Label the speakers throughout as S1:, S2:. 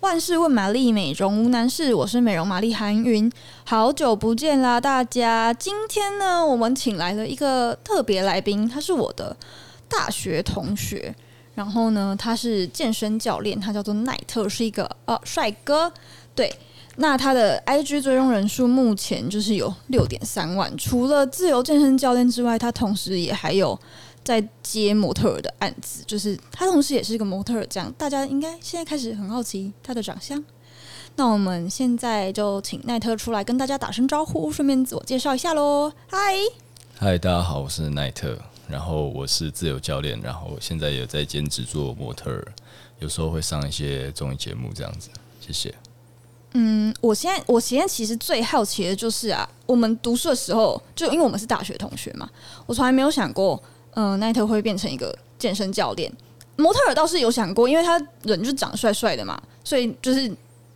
S1: 万事问玛丽，美容无难事。我是美容玛丽韩云，好久不见啦，大家！今天呢，我们请来了一个特别来宾，他是我的大学同学，然后呢，他是健身教练，他叫做奈特，是一个呃帅哥。对，那他的 IG 追踪人数目前就是有六点三万。除了自由健身教练之外，他同时也还有在接模特儿的案子，就是他同时也是一个模特儿。这样大家应该现在开始很好奇他的长相。那我们现在就请奈特出来跟大家打声招呼，顺便自我介绍一下喽。嗨，
S2: 嗨，大家好，我是奈特，然后我是自由教练，然后现在也在兼职做模特儿，有时候会上一些综艺节目这样子。谢谢。
S1: 嗯，我现在我现在其实最好奇的就是啊，我们读书的时候，就因为我们是大学同学嘛，我从来没有想过，嗯、奈特会变成一个健身教练。模特儿倒是有想过，因为他人就长帅帅的嘛，所以就是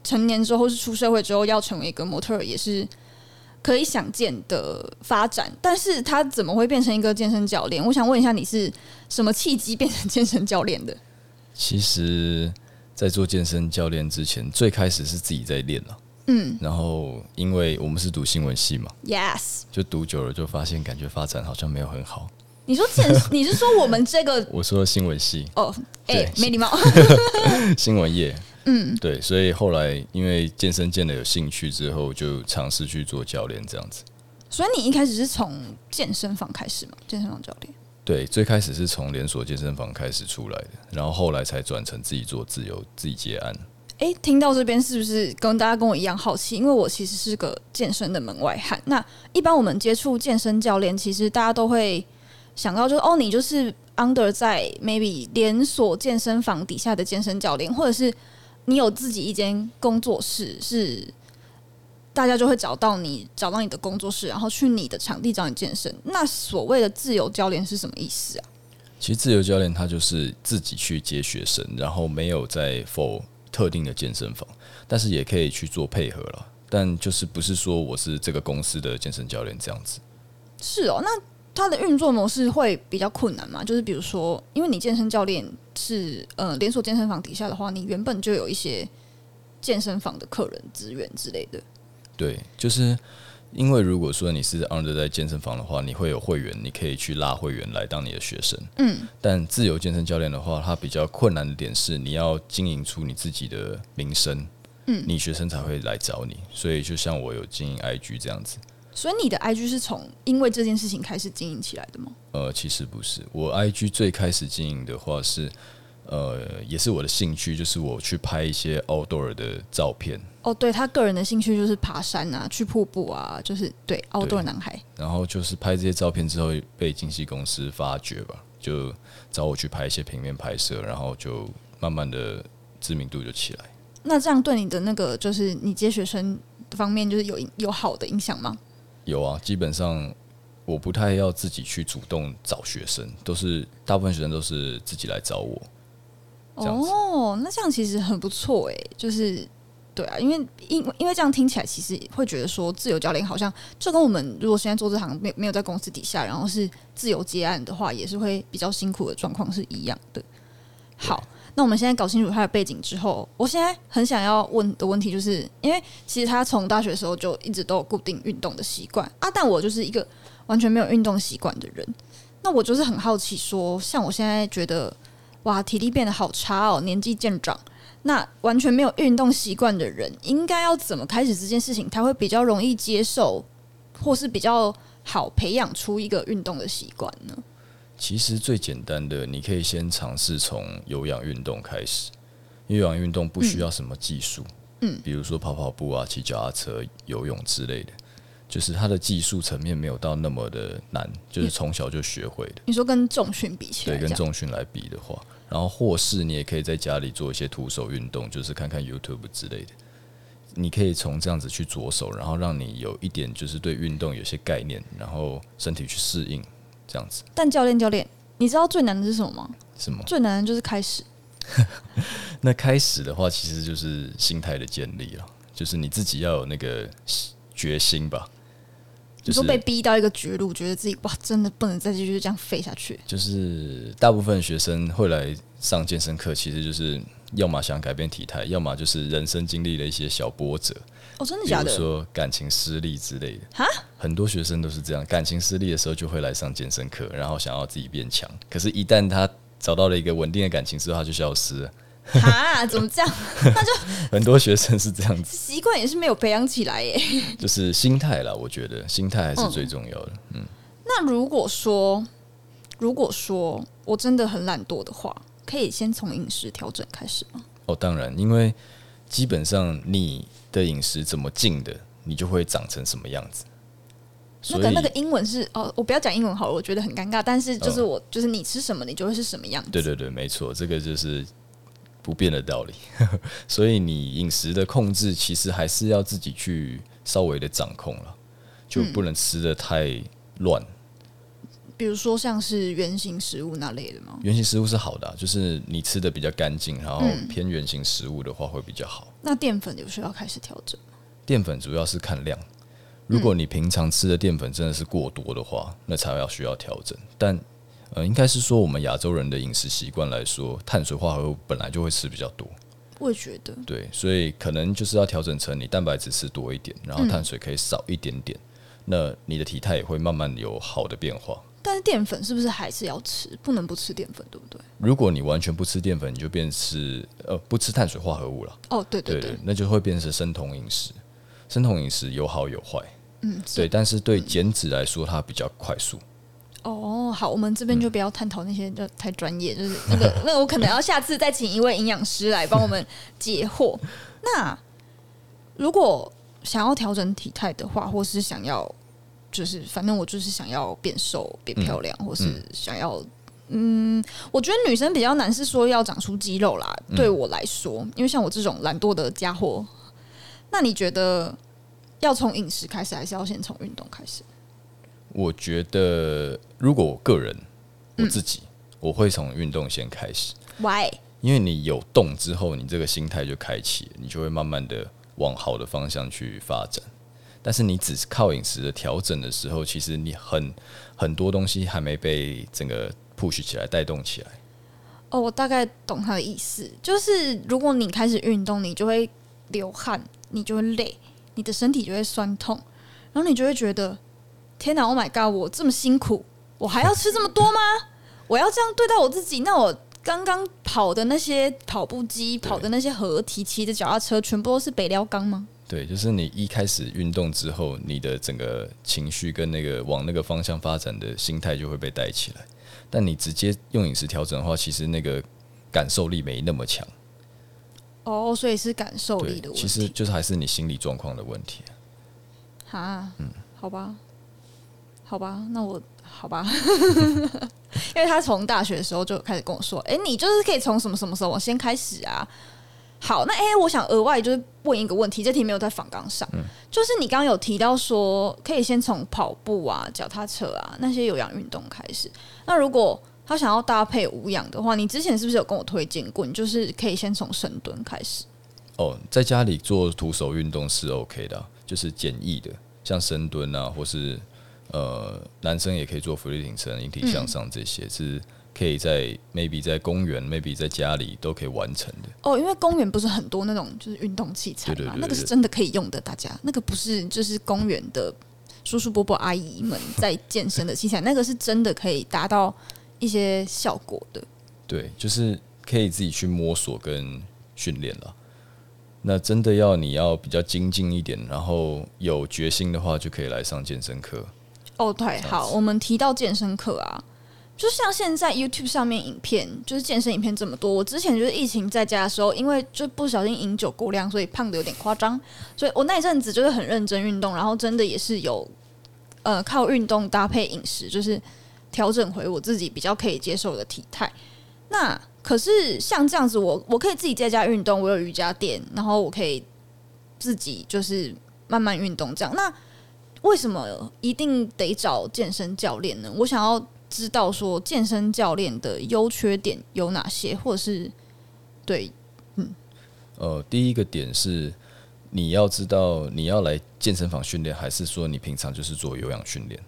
S1: 成年之后或是出社会之后要成为一个模特儿也是可以想见的发展。但是他怎么会变成一个健身教练？我想问一下，你是什么契机变成健身教练的？
S2: 其实，在做健身教练之前，最开始是自己在练了，
S1: 嗯
S2: 然后因为我们是读新闻系嘛，
S1: ，Yes，
S2: 就读久了就发现感觉发展好像没有很好。
S1: 你说健，你是说我们这个
S2: 我说新闻系，
S1: 哦，哎、
S2: 对
S1: 没礼貌。
S2: 新闻业，嗯，对，所以后来因为健身健的有兴趣之后，就尝试去做教练这样子。
S1: 所以你一开始是从健身房开始吗？健身房教练？
S2: 对，最开始是从连锁健身房开始出来的，然后后来才转成自己做自由自己接案。
S1: 诶，听到这边是不是跟大家跟我一样好奇？因为我其实是个健身的门外汉。那一般我们接触健身教练，其实大家都会想到就是哦，你就是 under 在 maybe 连锁健身房底下的健身教练，或者是你有自己一间工作室，是大家就会找到你，找到你的工作室，然后去你的场地找你健身。那所谓的自由教练是什么意思啊？
S2: 其实自由教练他就是自己去接学生，然后没有在 for 特定的健身房，但是也可以去做配合了。但就是不是说我是这个公司的健身教练这样子。
S1: 是哦，那它的运作模式会比较困难嘛？就是比如说，因为你健身教练是呃连锁健身房底下的话，你原本就有一些健身房的客人资源之类的。
S2: 对，就是因为如果说你是 under 在健身房的话，你会有会员，你可以去拉会员来当你的学生。
S1: 嗯，
S2: 但自由健身教练的话，它比较困难的点是，你要经营出你自己的名声，嗯，你学生才会来找你。所以就像我有经营 IG 这样子，
S1: 所以你的 IG 是从因为这件事情开始经营起来的吗？
S2: 呃，其实不是，我 IG 最开始经营的话是，呃，也是我的兴趣，就是我去拍一些 outdoor 的照片，
S1: 哦，对他个人的兴趣就是爬山啊，去瀑布啊，就是对 outdoor
S2: 对
S1: 男孩。
S2: 然后就是拍这些照片之后被经纪公司发掘吧，就找我去拍一些平面拍摄，然后就慢慢的知名度就起来。
S1: 那这样对你的那个就是你接学生方面就是有有好的影响吗？
S2: 有啊，基本上我不太要自己去主动找学生，都是大部分学生都是自己来找我。这样子
S1: 哦，那这样其实很不错哎，就是对啊，因为因因为这样听起来，其实会觉得说自由教练好像就跟我们如果现在做这行没有没有在公司底下，然后是自由接案的话，也是会比较辛苦的状况是一样的。好，那我们现在搞清楚他的背景之后，我现在很想要问的问题就是，因为其实他从大学的时候就一直都有固定运动的习惯啊，但我就是一个完全没有运动习惯的人。那我就是很好奇说像我现在觉得哇，体力变得好差哦，年纪渐长。那完全没有运动习惯的人，应该要怎么开始这件事情，他会比较容易接受，或是比较好培养出一个运动的习惯呢？
S2: 其实最简单的，你可以先尝试从有氧运动开始，因为有氧运动不需要什么技术，
S1: 嗯，
S2: 比如说跑跑步啊、骑脚踏车、游泳之类的，就是它的技术层面没有到那么的难，就是从小就学会的。
S1: 你说跟重训比起来，啊
S2: 对，
S1: 这
S2: 跟
S1: 样
S2: 重训来比的话，然后或是你也可以在家里做一些徒手运动，就是看看 YouTube 之类的。你可以从这样子去着手，然后让你有一点就是对运动有些概念，然后身体去适应这样子，
S1: 但教练教练，你知道最难的是什么吗？
S2: 是吗？
S1: 最难的就是开始。
S2: 那开始的话，其实就是心态的建立了，就是你自己要有那个决心吧。
S1: 你
S2: 就是
S1: 说被逼到一个绝路，觉得自己哇，真的不能再继续这样废下去。
S2: 就是大部分学生会来上健身课，其实就是要么想改变体态，要么就是人生经历了一些小波折，
S1: 哦，真的
S2: 比
S1: 假
S2: 如
S1: 的？
S2: 说感情失利之类的。
S1: 哈，
S2: 很多学生都是这样，感情失利的时候就会来上健身课，然后想要自己变强。可是，一旦他找到了一个稳定的感情之后，他就消失了。
S1: 哈，怎么这样？
S2: 很多学生是这样子，
S1: 习惯也是没有培养起来耶。
S2: 就是心态啦，我觉得心态还
S1: 嗯
S2: 是最重要的。
S1: 那如果说，如果说我真的很懒惰的话，可以先从饮食调整开始吗？
S2: 哦，当然，因为基本上你的饮食怎么进的，你就会长成什么样子。
S1: 那
S2: 所以
S1: 个那个英文是哦，我不要讲英文好了，我觉得很尴尬。但是就是我、就是你吃什么，你就会是什么样子。
S2: 嗯对对对，没错，这个就是不变的道理。 所以你饮食的控制，其实还是要自己去稍微的掌控了，就不能吃的太乱。
S1: 比如说像是圆形食物那类的吗？
S2: 原型食物是好的啊、就是你吃的比较干净，然后偏原型食物的话会比较好。
S1: 那淀粉有需要开始调整吗？
S2: 淀粉主要是看量。如果你平常吃的淀粉真的是过多的话，那才要需要调整。但呃，应该是说我们亚洲人的饮食习惯来说，碳水化合物本来就会吃比较多，
S1: 我也觉得，
S2: 对，所以可能就是要调整成你蛋白质吃多一点，然后碳水可以少一点点，那你的体态也会慢慢有好的变化。
S1: 但是淀粉是不是还是要吃？不能不吃淀粉，对不对？
S2: 如果你完全不吃淀粉，你就变吃呃不吃碳水化合物了，
S1: 哦，对
S2: 对
S1: 对，
S2: 那就会变成生酮饮食。生酮饮食有好有坏，
S1: 嗯，
S2: 对，
S1: 是
S2: 但是对减脂来说它比较快速。
S1: 哦，好，我们这边就不要探讨那些就太专业，就是 那个那我可能要下次再请一位营养师来帮我们解惑。那如果想要调整体态的话，或是想要就是反正我就是想要变瘦、变漂亮，或是想要。嗯，我觉得女生比较难是说要长出肌肉啦。对我来说，因为像我这种懒惰的家伙，那你觉得要从饮食开始，还是要先从运动开始？
S2: 我觉得如果我个人我自己，我会从运动先开始，
S1: Why？
S2: 因为你有动之后，你这个心态就开启了，你就会慢慢的往好的方向去发展。但是你只是靠饮食的调整的时候，其实你很很多东西还没被整个 push 起来、带动起来。
S1: 哦，我大概懂他的意思，就是如果你开始运动，你就会流汗，你就会累，你的身体就会酸痛，然后你就会觉得，天哪，Oh my god，我这么辛苦，我还要吃这么多吗？我要这样对待我自己？那我刚刚跑的那些跑步机、跑的那些合体、骑的脚踏车，全部都是北撩钢吗？
S2: 对，就是你一开始运动之后，你的整个情绪跟那个往那个方向发展的心态就会被带起来。但你直接用饮食调整的话，其实那个感受力没那么强。
S1: 哦，所以是感受
S2: 对
S1: 力的，问
S2: 其实
S1: 题
S2: 就是还是你心理状况的问题。啊
S1: 哈，好吧，好吧，那我好吧， 因为他从大学的时候就开始跟我说，哎、你就是可以从什么什么时候先开始啊。好，那哎、诶我想额外就是问一个问题，这题没有在访纲上，就是你刚刚有提到说，可以先从跑步啊、脚踏车啊那些有氧运动开始。那如果他想要搭配无氧的话，你之前是不是有跟我推荐过？你就是可以先从深蹲开始。
S2: 哦，在家里做徒手运动是 OK 的啊、就是简易的，像深蹲啊，或是呃，男生也可以做浮力挺身、引体
S1: 嗯
S2: 向上这些，是可以在 maybe 在公园，maybe 在家里都可以完成的。
S1: 哦，因为公园不是很多那种就是运动器材嘛，
S2: 对对对对
S1: 那个是真的可以用的，大家那个不是就是公园的叔叔伯伯阿姨们在健身的器材，那个是真的可以达到一些效果的。
S2: 对，就是可以自己去摸索跟训练了。那真的要你要比较精进一点，然后有决心的话，就可以来上健身课。
S1: 哦，对，好，我们提到健身课啊，就像现在 YouTube 上面影片，就是健身影片这么多。我之前就是疫情在家的时候，因为就不小心饮酒过量，所以胖的有点夸张，所以我那一阵子就是很认真运动，然后真的也是有呃靠运动搭配饮食，就是调整回我自己比较可以接受的体态。那可是像这样子我我可以自己在家运动，我有瑜伽垫，然后我可以自己就是慢慢运动这样。那为什么一定得找健身教练呢？我想要知道说健身教练的优缺点有哪些，或者是对
S2: 呃，第一个点是你要知道你要来健身房训练，还是说你平常就是做有氧训练？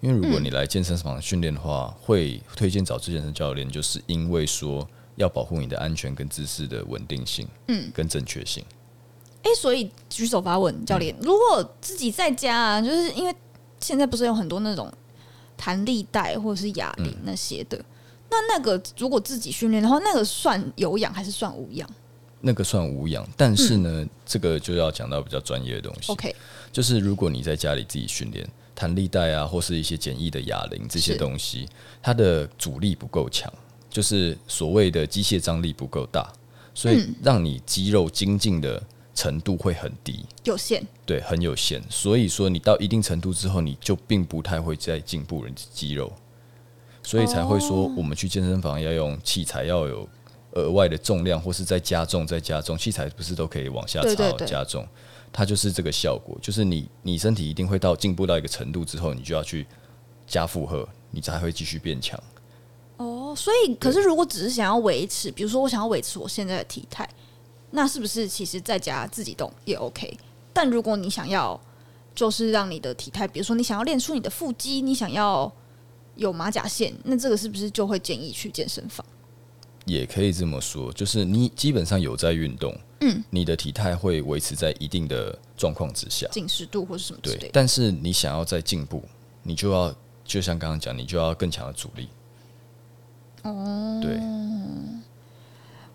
S2: 因为如果你来健身房训练的话，会推荐找健身教练，就是因为说要保护你的安全跟姿势的稳定性，嗯，跟正确性。
S1: 哎、所以举手发问，教练，如果自己在家、啊，就是因为现在不是有很多那种弹力带或者是哑铃那些的，那那个如果自己训练的话，那个算有氧还是算无氧
S2: 那个算无氧，但是呢，这个就要讲到比较专业的东西。
S1: ？OK，
S2: 就是如果你在家里自己训练弹力带啊，或是一些简易的哑铃这些
S1: 是
S2: 东西，它的阻力不够强，就是所谓的机械张力不够大，所以让你肌肉精进的程度会很低，
S1: 有限。
S2: 对，很有限。所以说，你到一定程度之后，你就并不太会再进步人肌肉，所以才会说
S1: 哦
S2: 我们去健身房要用器材要有额外的重量，或是再加重、再加重。器材不是都可以往下
S1: 对对
S2: 插、
S1: 对
S2: 加重？它就是这个效果，就是你你身体一定会到进步到一个程度之后，你就要去加负荷，你才会继续变强。
S1: 哦，所以可是如果只是想要维持，比如说我想要维持我现在的体态，那是不是其实在家自己动也 OK？但如果你想要就是让你的体态，比如说你想要练出你的腹肌，你想要有马甲线，那这个是不是就会建议去健身房？
S2: 也可以这么说，就是你基本上有在运动，嗯，你的体态会维持在一定的状况之下。
S1: 紧实度或者什么之类
S2: 对，
S1: 的？
S2: 但是你想要再进步，你就要就像刚刚讲，你就要更强的阻力。哦，对，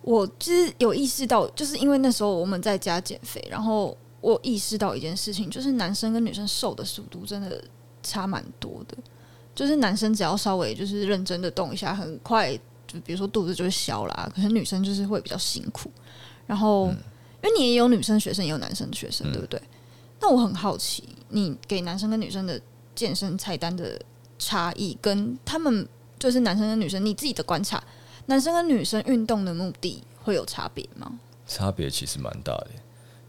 S1: 我其实有意识到，就是因为那时候我们在家减肥，然后我意识到一件事情，就是男生跟女生瘦的速度真的差蛮多的。就是男生只要稍微就是认真的动一下，很快就比如说肚子就会消啦，可是女生就是会比较辛苦。然后，因为你也有女生学生，也有男生学生，对不对？但我很好奇，你给男生跟女生的健身菜单的差异，跟他们就是男生跟女生你自己的观察，男生跟女生运动的目的会有差别吗？
S2: 差别其实蛮大的。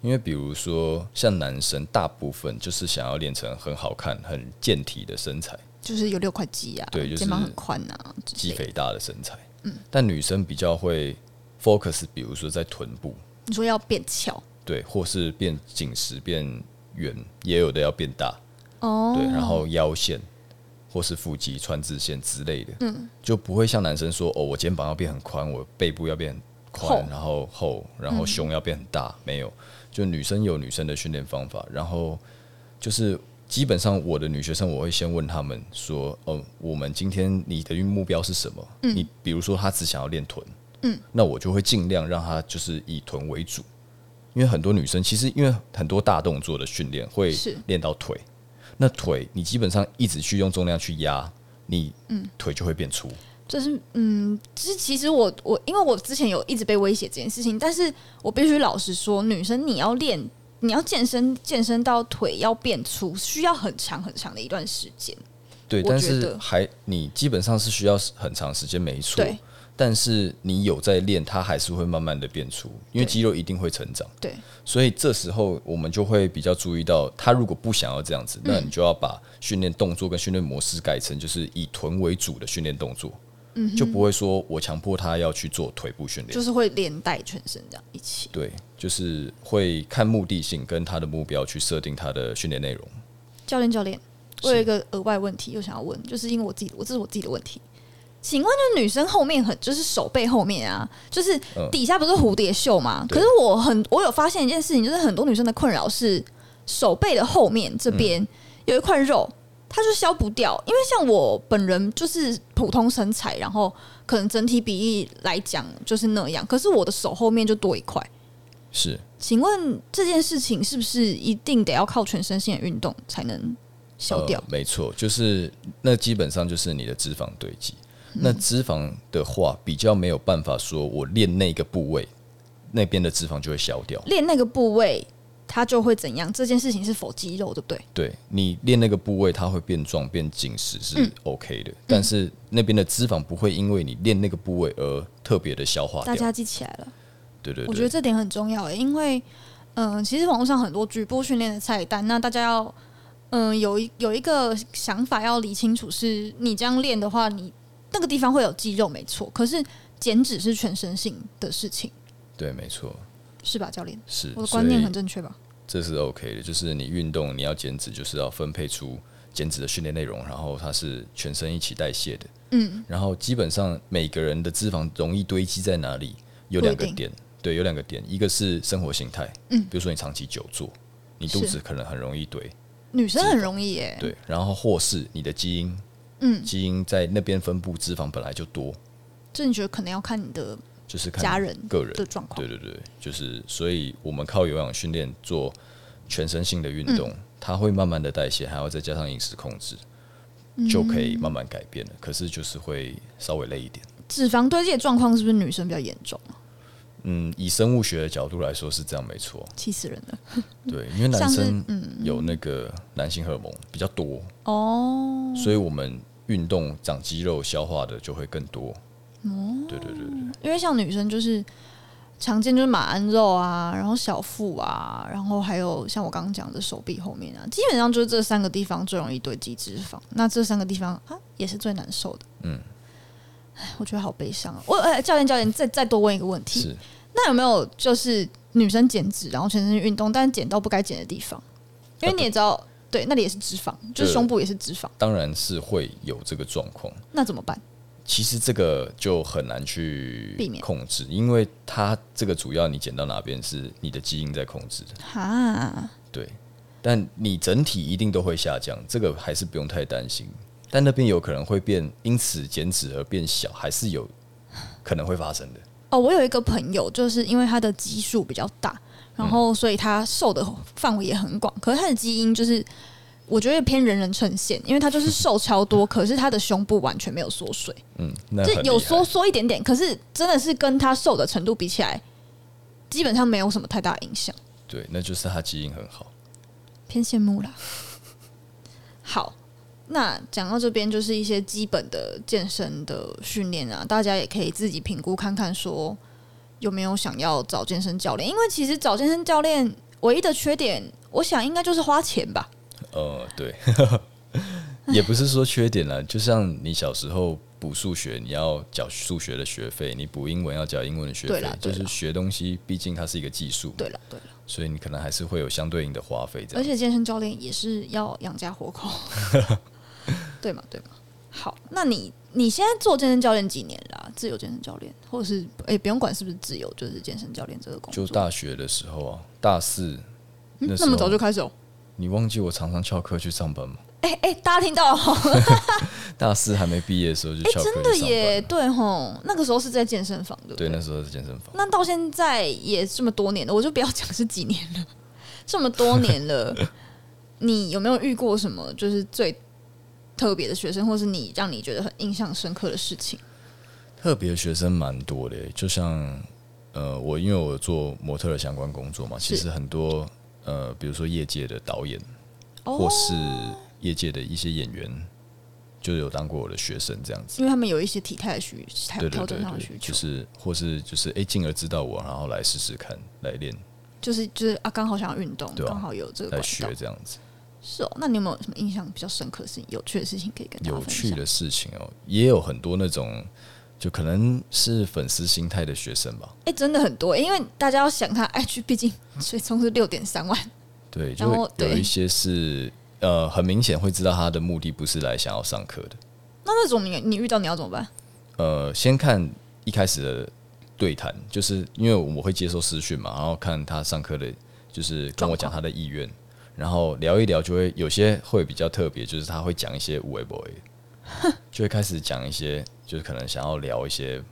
S2: 因为比如说，像男生大部分就是想要练成很好看、很健体的身材，
S1: 就是有六块肌啊，
S2: 对就是
S1: 肩膀很宽啊，
S2: 肌。肥大的身材。嗯，但女生比较会 focus，比如说在臀部，
S1: 你说要变翘
S2: 对，或是变紧实、变圆，也有的要变大。
S1: 哦
S2: 对，然后腰线或是腹肌、川字线之类的，嗯，就不会像男生说哦，我肩膀要变很宽，我背部要变很宽
S1: 厚，嗯
S2: 然后厚，然后胸要变很大，没有，就女生有女生的训练方法，然后就是。基本上，我的女学生我会先问他们说：“哦，我们今天你的目标是什么？
S1: 嗯
S2: 你比如说，她只想要练臀，嗯，那我就会尽量让她就是以臀为主，因为很多女生其实因为很多大动作的训练会
S1: 是
S2: 练到腿，那腿你基本上一直去用重量去压，你腿就会变粗。
S1: 就是嗯，其实其实我我因为我之前有一直被威胁这件事情，但是我必须老实说，女生你要练。你要健身，健身到腿要变粗，需要很长很长的一段时间。
S2: 对，
S1: 我
S2: 但
S1: 觉
S2: 是
S1: 得
S2: 还你基本上是需要很长时间，没错
S1: 对。
S2: 但是你有在练，它还是会慢慢的变粗，因
S1: 对
S2: 为肌肉一定会成长。
S1: 对，
S2: 所以这时候我们就会比较注意到，他如果不想要这
S1: 嗯
S2: 样子，那你就要把训练动作跟训练模式改成就是以臀为主的训练动作，就不会说我强迫他要去做腿部训练
S1: 嗯就。是会连带全身这样一起。
S2: 对，就是会看目的性跟他的目标去设定他的训练内容。
S1: 教练，教练，我有一个额外问题，又想要问，就是因为我自己，我这是我自己的问题。请问，就是女生后面很，就是手背后面啊，就是底下不是蝴蝶袖吗？
S2: 对
S1: 可是我很，我有发现一件事情，就是很多女生的困扰是手背的后面这边有一块肉，它就消不掉。因为像我本人就是普通身材，然后可能整体比例来讲就是那样，可是我的手后面就多一块。
S2: 是，
S1: 请问这件事情是不是一定得要靠全身性的运动才能消掉
S2: 呃？没错，就是那基本上就是你的脂肪堆积。
S1: 嗯
S2: 那脂肪的话，比较没有办法说我练那个部位，那边的脂肪就会消掉。
S1: 练那个部位，它就会怎样？这件事情是否肌肉，对不对？
S2: 对你练那个部位，它会变壮、变紧实
S1: 嗯
S2: 是 OK 的，但是那边的脂肪不会因为你练那个部位而特别的消化
S1: 大
S2: 掉。
S1: 家记起来了，
S2: 对啊对
S1: 我觉得
S2: 对，
S1: 这点很重要、欸，因为嗯、呃其实网络上很多局部训练的菜单，那大家要嗯、呃有一有一个想法要理清楚是，你这样练的话，你那个地方会有肌肉没错，可是减脂是全身性的事情，
S2: 对，没错，
S1: 是吧，教练？
S2: 是。
S1: 我的
S2: 所
S1: 观念
S2: 以
S1: 很正确吧？
S2: 这是 OK 的。就是你运动，你要减脂，就是要分配出减脂的训练内容，然后它是全身一起代谢的。
S1: 嗯，
S2: 然后基本上每个人的脂肪容易堆积在哪里，有
S1: 不一
S2: 两个
S1: 定
S2: 点，对，有两个点，一个是生活形态，
S1: 嗯
S2: 比如说你长期久坐，你肚
S1: 是嗯
S2: 子可能很容易堆，
S1: 女生很容易耶、
S2: 对，然后或是你的基因，
S1: 嗯，
S2: 基因在那边分布脂肪本来就多，
S1: 这你觉得可能要看你的
S2: 就是看
S1: 家人
S2: 个人
S1: 的状况
S2: 对，对对，就是所以我们靠有氧训练做全身性的运动，
S1: 嗯
S2: 它会慢慢的代谢，还要再加上饮食控制，
S1: 嗯
S2: 就可以慢慢改变了。可是就是会稍微累一点。
S1: 脂肪堆积的状况是不是女生比较严重？
S2: 嗯，以生物学的角度来说是这样没错，
S1: 气死人了！
S2: 对，因为
S1: 嗯
S2: 男
S1: 像是嗯
S2: 生有那个男性荷尔蒙比较多，
S1: 哦，
S2: 所以我们运动长肌肉消化的就会更多。对对对对，
S1: 因为像女生就是常见就是马鞍肉啊，然后小腹啊，然后还有像我刚刚讲的手臂后面啊，基本上就是这三个地方最容易堆积脂肪。那这三个地方啊，也是最难受的。
S2: 嗯，
S1: 唉我觉得好悲伤、啊。我呃，教练教练，再再多问一个问题，
S2: 是
S1: 那有没有就是女生减脂，然后全身运动，但是减到不该减的地方？因为你也知道，对，那里也是脂肪，就是
S2: 对
S1: 胸部也是脂肪，
S2: 当然是会有这个状况。
S1: 那怎么办？
S2: 其实这个就很难去
S1: 避免
S2: 控制，因为它这个主要你减到哪边是你的基因在控制的，
S1: 哈，
S2: 对。但你整体一定都会下降，这个还是不用太担心。但那边有可能会变，因此减脂而变小，还是有可能会发生的。
S1: 哦，我有一个朋友，就是因为他的基数比较大，然
S2: 嗯
S1: 后所以他瘦的范围也很广，可是他的基因就是。我觉得偏人人称羡，因为他就是瘦超 多，可是他的胸部完全没有缩水，
S2: 嗯，那
S1: 就
S2: 很
S1: 有
S2: 厉害
S1: 缩缩一点点，可是真的是跟他瘦的程度比起来，基本上没有什么太大影响，
S2: 对，那就是它基因很好。
S1: 偏羡慕啦。 好，那讲到这边就是一些基本的健身的训练啊，大家也可以自己评估看看，说有没有想要找健身教练。因为其实找健身教练唯一的缺点，我想应该就是花钱吧。
S2: 呃，对， 也不是说缺点啦，就像你小时候补数学，你要缴数学的学费；你补英文要缴英文的学
S1: 对
S2: 费
S1: 啦。
S2: 就
S1: 对
S2: 是
S1: 啦
S2: 学东西，毕竟它是一个技术，
S1: 对了，对了，
S2: 所以你可能还是会有相对应的花费。这
S1: 而
S2: 样，
S1: 且健身教练也是要养家活 口，对嘛，对嘛。好，那你你现在做健身教练几年啦、自由健身教练，或者是哎、不用管是不是自由，就是健身教练这个工作，
S2: 就大学的时候啊，大四
S1: 嗯
S2: 那时
S1: 那
S2: 候，
S1: 么早就开始哦、
S2: 你忘记我常常翘课去上班吗？
S1: 哎、哎、大家听到了吼，
S2: 大四还没毕业的时候就
S1: 哎、
S2: 翘
S1: 真
S2: 课去上
S1: 的
S2: 班，
S1: 耶，对吼，那个时候是在健身房，对不
S2: 对，那时候是健身房。
S1: 那到现在也这么多年了，我就不要讲是几年了，这么多年了，你有没有遇过什么就是最特别的学生，或是你让你觉得很印象深刻的事情？
S2: 特别学生蛮多的耶，就像呃，我因为我有做模特的相关工作嘛，其实很多呃，比如说业界的导演，或
S1: 哦，
S2: 是业界的一些演员，就有当过我的学生这样子。
S1: 因为他们有一些体态的需调
S2: 对对
S1: 调整
S2: 对
S1: 上的
S2: 对
S1: 需，
S2: 就
S1: 求，
S2: 是或是就是哎，进、而知道我，然后来试试看，来练，
S1: 就是就是啊，刚好想要运动，
S2: 对啊
S1: 刚、好有这个
S2: 来
S1: 管
S2: 学
S1: 道。
S2: 这样子。
S1: 是哦，那你有没有什么印象比较深刻的事情、有趣的事情可以跟大家
S2: 有
S1: 分
S2: 趣
S1: 享？
S2: 的事情哦，也有很多那种，就可能是粉丝心态的学生吧。
S1: 哎、真的很多，因为大家要想他 IG，毕竟
S2: 嗯
S1: 追踪是六点三万，
S2: 对，
S1: 然
S2: 就
S1: 后
S2: 有
S1: 对
S2: 一些是呃，很明显会知道他的目的不是来想要上课的。
S1: 那那种你你遇到你要怎么办？
S2: 呃，先看一开始的对谈，就是因为我会接受私讯嘛，然后看他上课的，就是跟我讲他的意愿，然后聊一聊，就会有些会比较特别，就是他会讲一些无为 boy，就 会开始讲一些，就是可能想要聊一些，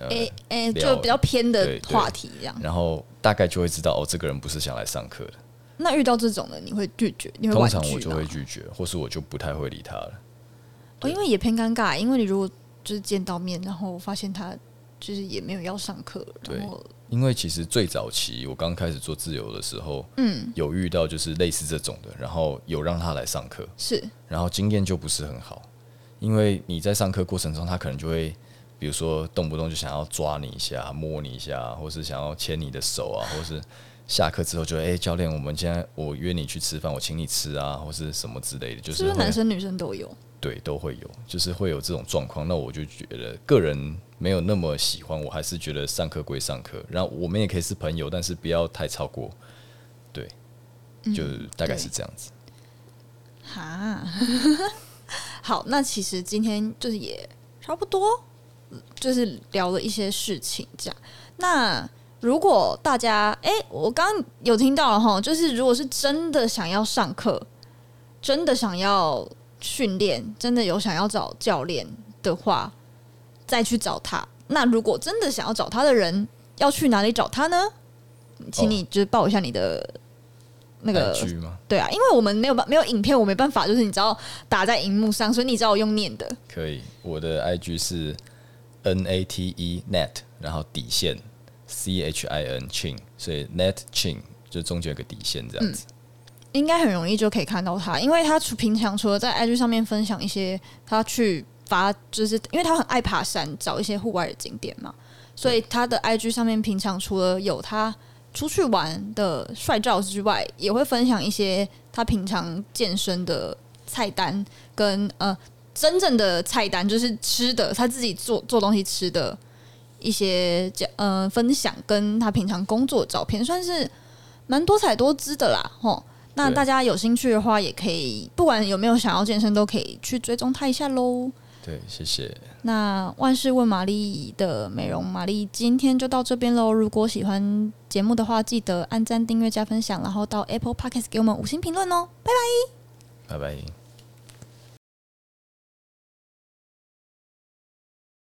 S2: 呃，
S1: 哎哎、
S2: 聊
S1: 就比较偏的
S2: 对对
S1: 话题这样。
S2: 然后大概就会知道哦，这个人不是想来上课的。
S1: 那遇到这种的，你会拒绝？你会
S2: 通
S1: 婉
S2: 常我
S1: 拒
S2: 就
S1: 吗？哦
S2: 会拒绝，或是我就不太会理他了。
S1: 哦，因为也偏尴尬，因为你如果就是见到面，然后发现他就是也没有要上课，
S2: 对
S1: 然后
S2: 因为其实最早期我刚开始做自由的时候，
S1: 嗯
S2: 有遇到就是类似这种的，然后有让他来上课，
S1: 是
S2: 然后经验就不是很好，因为你在上课过程中，他可能就会，比如说动不动就想要抓你一下、摸你一下，或是想要牵你的手啊， 或是下课之后就哎、教练，我们现在我约你去吃饭，我请你吃啊，或是什么之类的，就是
S1: 不是
S2: 会
S1: 男生女生都有？
S2: 对都会有，就是会有这种状况。那我就觉得个人没有那么喜欢，我还是觉得上课归上课，然后我们也可以是朋友，但是不要太超过。对，就大概
S1: 嗯
S2: 是
S1: 对
S2: 这样子。
S1: 哈， 好，那其实今天就是也差不多，嗯就是聊了一些事情这样。那如果大家，哎、我刚刚有听到了哈，就是如果是真的想要上课，真的想要训练，真的有想要找教练的话，再去找他。那如果真的想要找他的人，要去哪里找他呢？嗯请你就是报一下你的那个
S2: IG 吗？
S1: 对啊，因为我们没有办没有影片，我没办法，就是你知道打在荧幕上，所以你知道我用念的。
S2: 可以，我的 IG 是 N A T E net，然后底线 C H I N chin，所以 net chin 就中间有个底线
S1: 嗯
S2: 这样子。
S1: 应该很容易就可以看到他，因为他除平常除了在 IG 上面分享一些他去发，就是因为他很爱爬山，找一些户外的景点嘛，所以他的 IG 上面平常除了有他出去玩的帅照之外，也会分享一些他平常健身的菜单跟呃真正的菜单，就是吃的，他自己做做东西吃的一些呃分享，跟他平常工作的照片，算是蛮多彩多姿的啦，吼。那
S2: 对
S1: 大家有兴趣的话，也可以不管有没有想要健身，都可以去追踪他一下喽。
S2: 对，谢谢，
S1: 那万事问玛丽的美容玛丽今天就到这边喽。如果喜欢节目的话，记得按赞、订阅、加分享，然后到 Apple Podcast 给我们五星评论哦。
S2: 拜拜。